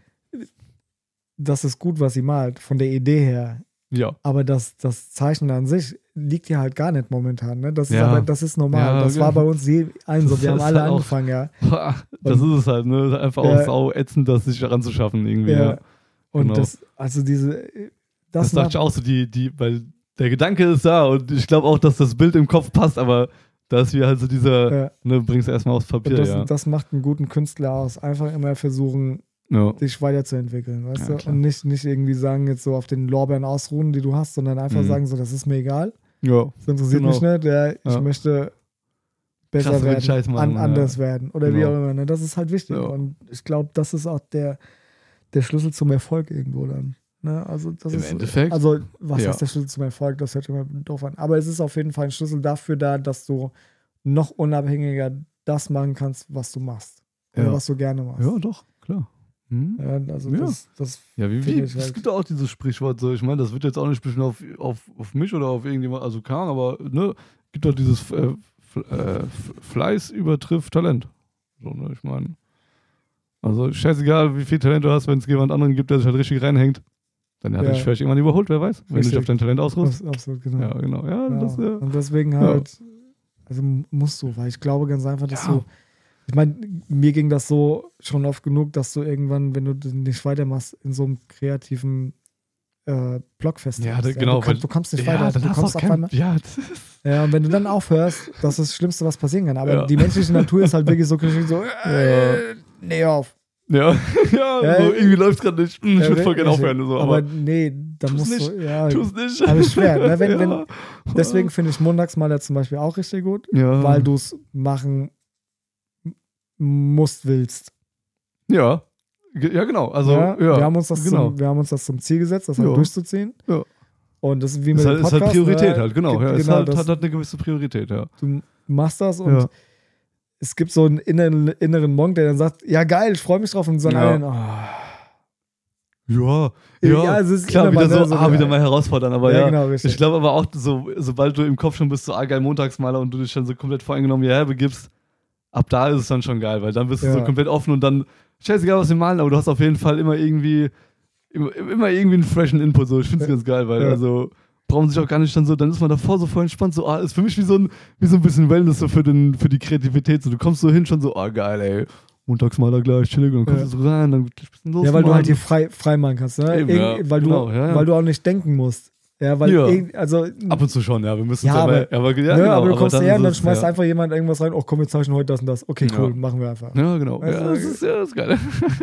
das ist gut, was sie malt, von der Idee her.
Ja.
Aber das, das Zeichen an sich liegt ja halt gar nicht momentan. Ne? Das, ist
Ja.
aber, das ist normal.
Ja,
das
ja.
war bei uns je allen so.
Das
Wir haben
ist
alle
halt auch-
angefangen, ja.
Das ist es halt, ne? Einfach
Ja.
auch sau ätzend, das sich daran zu schaffen, irgendwie.
ja.
ja.
Und
genau.
das, also diese, äh, das,
Das, dachte ich
macht,
auch so, die, die, weil der Gedanke ist da und ich glaube auch, dass das Bild im Kopf passt, aber da ist wieder halt so dieser,
Ja.
ne, bring's erstmal aufs Papier,
und das,
ja.
das macht einen guten Künstler aus. Einfach immer versuchen,
ja.
dich weiterzuentwickeln, weißt
Ja,
du?
klar.
Und nicht, nicht irgendwie sagen, jetzt so auf den Lorbeeren ausruhen, die du hast, sondern einfach
Mhm.
sagen, so, das ist mir egal.
ja.
Das interessiert
Genau.
mich nicht. Ja, ich
Ja.
möchte besser
Krasseren
werden,
Scheiß machen,
an,
ja.
anders werden oder wie
Genau.
auch immer. Ne? Das ist halt wichtig.
Ja.
Und ich glaube, das ist auch der, der Schlüssel zum Erfolg irgendwo dann. Ne? Also das
Im
ist,
Endeffekt.
Also was
Ja.
heißt der Schlüssel zum Erfolg? Das hört immer doof an. Aber es ist auf jeden Fall ein Schlüssel dafür da, dass du noch unabhängiger das machen kannst, was du machst. Oder
Ja.
was du gerne machst.
ja, doch, klar. Hm?
Ja, also
Ja.
Das, das,
Ja, wie, wie?
Finde ich
Es
halt.
gibt auch dieses Sprichwort, so ich meine, das wird jetzt auch nicht bestimmt auf, auf, auf mich oder auf irgendjemand, also kann, aber ne, gibt doch dieses äh, F- äh, F- Fleiß übertrifft Talent. So, ne, ich meine. Also scheißegal, wie viel Talent du hast, wenn es jemand anderen gibt, der sich halt richtig reinhängt, dann hat er
Ja.
dich vielleicht irgendwann überholt, wer weiß, wenn du dich
Richtig.
auf dein Talent ausruhst.
abs- absolut genau.
Ja, genau. Ja,
Ja.
das äh,
und deswegen halt, also m- musst du, weil ich glaube ganz einfach, dass
Ja.
du, ich meine, mir ging das so schon oft genug, dass du irgendwann, wenn du d- nicht weitermachst, in so einem kreativen äh, Block fest
Ja, da- genau,
Du,
weil-
kannst, du kommst nicht
ja,
weiter,
dann
du
hast du
kommst
auch
auf
kein,
einmal.
ja, das ist,
Ja, und wenn du dann aufhörst, das ist das Schlimmste, was passieren kann. Aber
Ja.
die menschliche Natur ist halt wirklich so, so äh, nee, hör auf.
ja, ja,
Ja,
so, irgendwie läuft es gerade nicht. Hm, Ich würde voll gerne
richtig.
aufhören. So,
aber,
aber
nee, da
tu's
musst
nicht,
du, ja.
tu es nicht.
Aber ist schwer, ne? Wenn-
ja.
wenn- Deswegen finde ich Montagsmaler zum Beispiel auch richtig gut.
ja.
weil du es machen m- musst, willst.
Ja. Ge- Ja, genau. Also, ja,
wir, haben uns das
genau.
zum, wir haben uns das zum Ziel gesetzt, das halt
Ja.
durchzuziehen.
Ja.
Und das ist wie mit
ist halt,
dem
ist
Podcast.
halt Priorität
ne?
halt, genau.
Ge-
Ja, ist
genau
halt,
das,
hat, hat eine gewisse Priorität, ja.
du machst das und
Ja.
es gibt so einen inneren, inneren Monk, der dann sagt, ja geil, ich freue mich drauf. Und so einen
Ja.
anderen, oh,
Ja, ja,
Ja, es ist
klar,
immer
wieder
mal,
so,
ne, so
ah, wieder
geil.
mal herausfordern, aber ja.
Ja, genau, richtig.
ich glaube aber auch, so, sobald du im Kopf schon bist, so, ah, geil, Montagsmaler und du dich dann so komplett voreingenommen hierher begibst, ab da ist es dann schon geil, weil dann bist du
Ja.
so komplett offen und dann, scheißegal, was wir malen, aber du hast auf jeden Fall immer irgendwie, immer, immer irgendwie einen freshen Input, so, ich finde es ganz geil, weil,
Ja.
also, brauchen sich auch gar nicht dann so, dann ist man davor so voll entspannt, so, ah, ist für mich wie so ein, wie so ein bisschen Wellness so für, den, für die Kreativität, so, du kommst so hin, schon so, ah, geil, ey, Montagsmaler gleich, chillig, und dann kommst
Ja.
du so rein, dann gleich ein bisschen los.
ja, weil du halt
Mann.
hier frei, frei machen kannst. Ne?
Eben,
Irgend-
ja.
weil, du,
Genau, ja, ja.
weil du auch nicht denken musst. Ja, weil
Ja.
irgend- also,
Ab und zu schon, ja, wir müssen
Ja,
es aber,
aber-
aber, ja,
ne,
genau,
aber du kommst her und dann
ist es,
schmeißt
ja.
einfach jemand irgendwas rein, oh komm, wir zeichnen heute das und das. Okay, cool,
Ja.
machen wir einfach.
Ja, genau.
Also,
ja,
das
das ist, ja, das ist geil.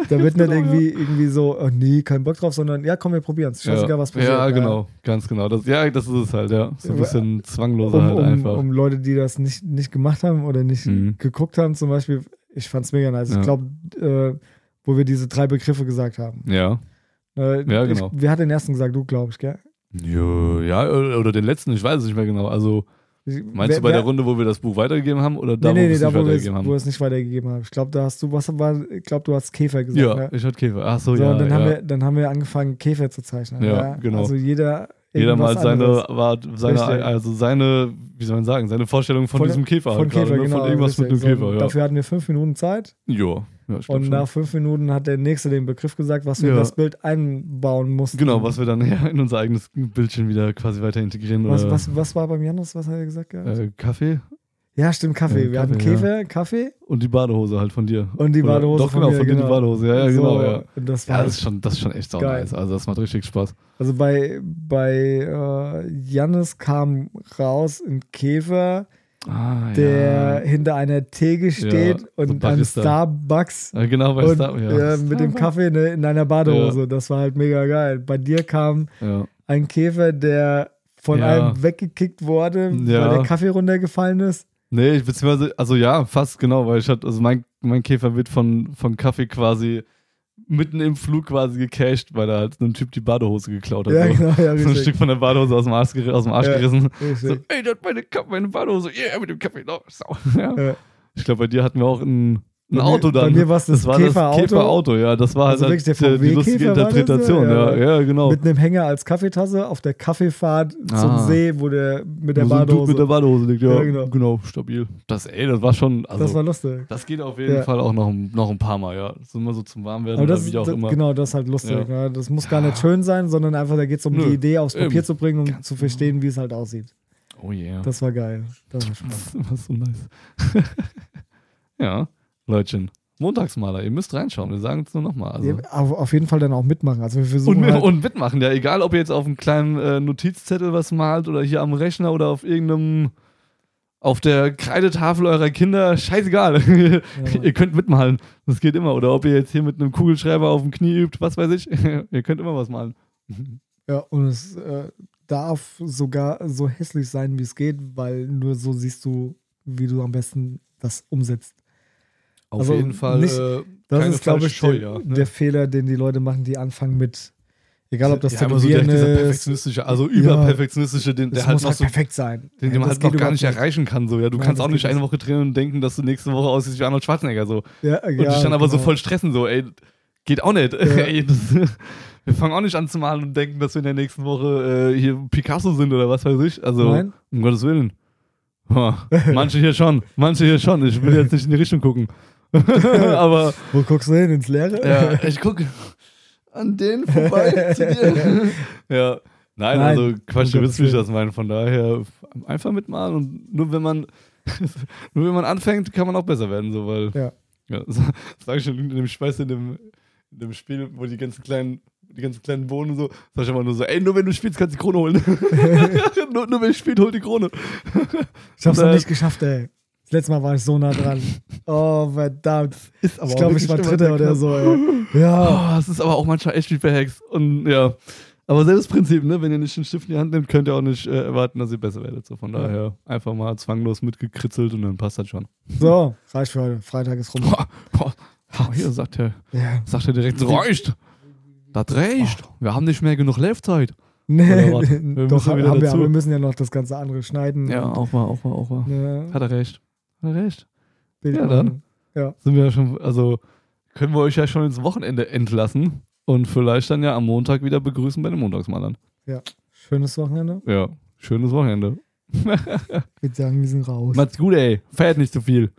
Da wird nicht
Genau,
irgendwie, irgendwie so, oh nee, kein Bock drauf, sondern ja, komm, wir probieren es. Scheißegal,
ja.
was passiert.
Ja, genau. Ganz genau. Das, ja, das ist es halt, ja. So ein
Ja,
bisschen
Um,
zwangloser halt
um,
einfach.
um Leute, die das nicht, nicht gemacht haben oder nicht
Mhm.
geguckt haben, zum Beispiel, ich fand's mega nice.
Ja.
Ich glaube, äh, wo wir diese drei Begriffe gesagt haben.
ja.
Äh,
Ja, genau.
Ich, wer hat den ersten gesagt? Du, glaube ich, gell?
Jo, ja, oder den letzten, ich weiß es nicht mehr genau. Also,
Ich-
meinst
wer,
du bei der
wer-
Runde, wo wir das Buch weitergegeben haben oder da,
nee,
wo
nee,
wir
nee,
es
da,
nicht
wo wir es,
weitergegeben
wo wir
haben?
es nicht weitergegeben haben. Ich glaube, da hast du, was war, ich glaube, du hast Käfer gesagt.
Ja,
ne?
ich hatte Käfer. Ach so,
So,
ja.
und dann,
ja.
haben wir, dann haben wir angefangen, Käfer zu zeichnen.
Ja,
ja?
genau.
Also jeder.
Jeder mal
irgendwas
seine,
anderes.
war, seine,
Richtig.
also seine, wie soll man sagen, seine Vorstellung von, diesem Käfer
Von
halt gerade,
Käfer,
ne?
genau.
von irgendwas
richtig.
mit dem
So,
Käfer, ja.
Dafür hatten wir fünf Minuten Zeit.
Jo. Ja, stimmt
Und
schon.
nach fünf Minuten hat der Nächste den Begriff gesagt, was wir in
Ja.
das Bild einbauen mussten.
Genau, was wir dann ja in unser eigenes Bildchen wieder quasi weiter integrieren.
was,
oder,
was, was war beim Janus? Was hat er gesagt? gehabt?
Äh, Kaffee
ja, stimmt, Kaffee.
äh,
wir hatten
Kaffee, ja.
Käfer, Kaffee
und die Badehose halt von dir.
und die
Oder-
Badehose
Doch, genau,
mir,
von dir die Badehose. Ja, ja,
So,
genau. Ja.
und Das war
Ja, das ist schon, das ist schon echt sau
Geil.
nice. Also das macht richtig Spaß.
Also bei, bei äh, Jannis kam raus ein Käfer,
Ah,
der hinter einer Theke steht
so
und einem
Barista.
Starbucks
ja. Äh, Genau, bei
und
Star
äh,
ja.
mit dem Kaffee ne, in einer Badehose. Das war halt mega geil. Bei dir kam
ja.
ein Käfer, der von
Ja.
einem weggekickt wurde,
Ja.
weil der Kaffee runtergefallen ist.
Nee, ich, beziehungsweise, also ja, fast genau, weil ich hatte, also mein, mein Käfer wird von, von Kaffee quasi mitten im Flug quasi gecasht, weil da halt so ein Typ die Badehose geklaut hat.
ja,
so.
genau, ja,
so ein
richtig.
Stück von der Badehose aus dem Arsch, geri- aus dem Arsch
Ja.
gerissen. So,
richtig.
ey, der hat meine, Ka- meine Badehose, yeah, mit dem Kaffee, no, sau. Ja.
Ja.
Ich glaube, bei dir hatten wir auch ein, ein
Bei mir-
Auto dann.
bei mir war's das Käferauto.
Käferauto, ja, das war halt
Also wirklich der
die- die lustige
VW-Käfer war das,
Interpretation,
ja?
ja. ja, genau.
Mit einem Hänger als Kaffeetasse auf der Kaffeefahrt
Ah.
zum See, wo der mit der
Wo so ein Dude
Badehose.
mit der Badehose liegt, ja,
Ja, genau.
genau. stabil. Das, ey, das war schon, also,
das
das,
war lustig.
geht auf jeden
Ja.
Fall auch noch, ein- noch ein paar Mal, ja. So immer so zum Warmwerden
Aber
oder
das,
wie
ist-
auch
das,
immer.
genau, das ist halt lustig.
Ja.
Ne? Das muss gar nicht schön sein, sondern einfach, da geht es um
Nö,
die Idee aufs Papier
eben.
zu bringen, um zu verstehen, wie es halt aussieht.
Oh yeah.
Das war geil. Das war Spaß.
Das ist immer so nice. ja, Leutchen. Montagsmaler, ihr müsst reinschauen, wir sagen es nur nochmal. Also.
Ja, Auf, auf jeden Fall dann auch mitmachen. Also wir versuchen
Und,
halt,
und mitmachen, ja, egal ob ihr jetzt auf einem kleinen äh, Notizzettel was malt oder hier am Rechner oder auf irgendeinem, auf der Kreidetafel eurer Kinder, scheißegal. ihr könnt mitmalen, das geht immer. Oder ob ihr jetzt hier mit einem Kugelschreiber auf dem Knie übt, was weiß ich, ihr könnt immer was malen.
ja, und es äh, darf sogar so hässlich sein, wie es geht, weil nur so siehst du, wie du am besten das umsetzt.
Auf
Also
jeden Fall.
nicht-
äh,
Das
keine
ist, glaube
falsche
ich,
Scheu,
der,
ja, ne?
der Fehler, den die Leute machen, die anfangen mit, egal ob das
ja, immer so also
Tätowieren
direkt dieser
ist,
perfektionistische, also überperfektionististische, den,
es
der halt
muss
noch
halt
so
perfekt sein.
den, den man
Das
halt noch
geht
gar nicht
überhaupt
erreichen kann. So. Ja, du
Nein,
kannst
das
auch nicht
geht
eine Woche trainieren und denken, dass du nächste Woche aussiehst wie Arnold Schwarzenegger. So.
Ja,
Und
ja,
dich dann aber so
genau.
voll stressen, so, ey, geht auch nicht. Ey, das, wir fangen auch nicht an zu malen und denken, dass wir in der nächsten Woche äh, hier Picasso sind oder was weiß ich. Also,
Nein.
um Gottes Willen. Ha, manche hier schon, manche hier schon. Ich will jetzt nicht in die Richtung gucken. aber
Wo guckst du hin? Ins Leere?
ja, ich gucke an denen vorbei zu dir. ja. Nein,
Nein,
also
um
Quatsch, du
Gottes
willst nicht
Willen.
das meinen. Von daher einfach mitmalen und nur wenn man nur wenn man anfängt, kann man auch besser werden, so weil
Ja.
ja, das sag ich schon in dem Schweiß in dem, in dem Spiel, wo die ganzen kleinen, die ganzen kleinen Bohnen und so, sag ich immer nur so, ey, nur wenn du spielst, kannst du die Krone holen. nur, nur wenn ich spiele, hol die Krone.
Ich hab's noch
Äh,
nicht geschafft, ey. Das letzte Mal war ich so nah dran. Oh, verdammt.
Ist aber
ich
auch
glaube, ich
wirklich
war
immer ne?
Dritter
sehr
oder
knapp.
so, ey. Ja.
Oh, es ist aber auch manchmal echt wie verhext. Und ja. Aber selbes Prinzip, ne? Wenn ihr nicht den Stift in die Hand nehmt, könnt ihr auch nicht äh, erwarten, dass ihr besser werdet. So von daher einfach mal zwanglos mitgekritzelt und dann passt das schon.
So, reicht für heute. Freitag ist rum.
Boah, boah, boah, hier sagt er,
Ja.
sagt er direkt, das reicht. Das reicht. Wir haben nicht mehr genug Laufzeit.
Nee,
Oder was? Wir
doch,
müssen wieder
haben wir,
dazu.
aber wir müssen ja noch das ganze andere schneiden.
Ja, auch mal, auch mal, auch mal.
Ne,
Hat er recht. Hat er recht.
Bild
Ja,
machen.
dann.
Ja.
Sind wir ja schon, also können wir euch ja schon ins Wochenende entlassen und vielleicht dann ja am Montag wieder begrüßen bei den Montagsmalern.
Schönes Wochenende.
Ja, schönes Wochenende.
Ich würde sagen, wir sind raus.
Macht's gut, ey. Feiert nicht zu viel.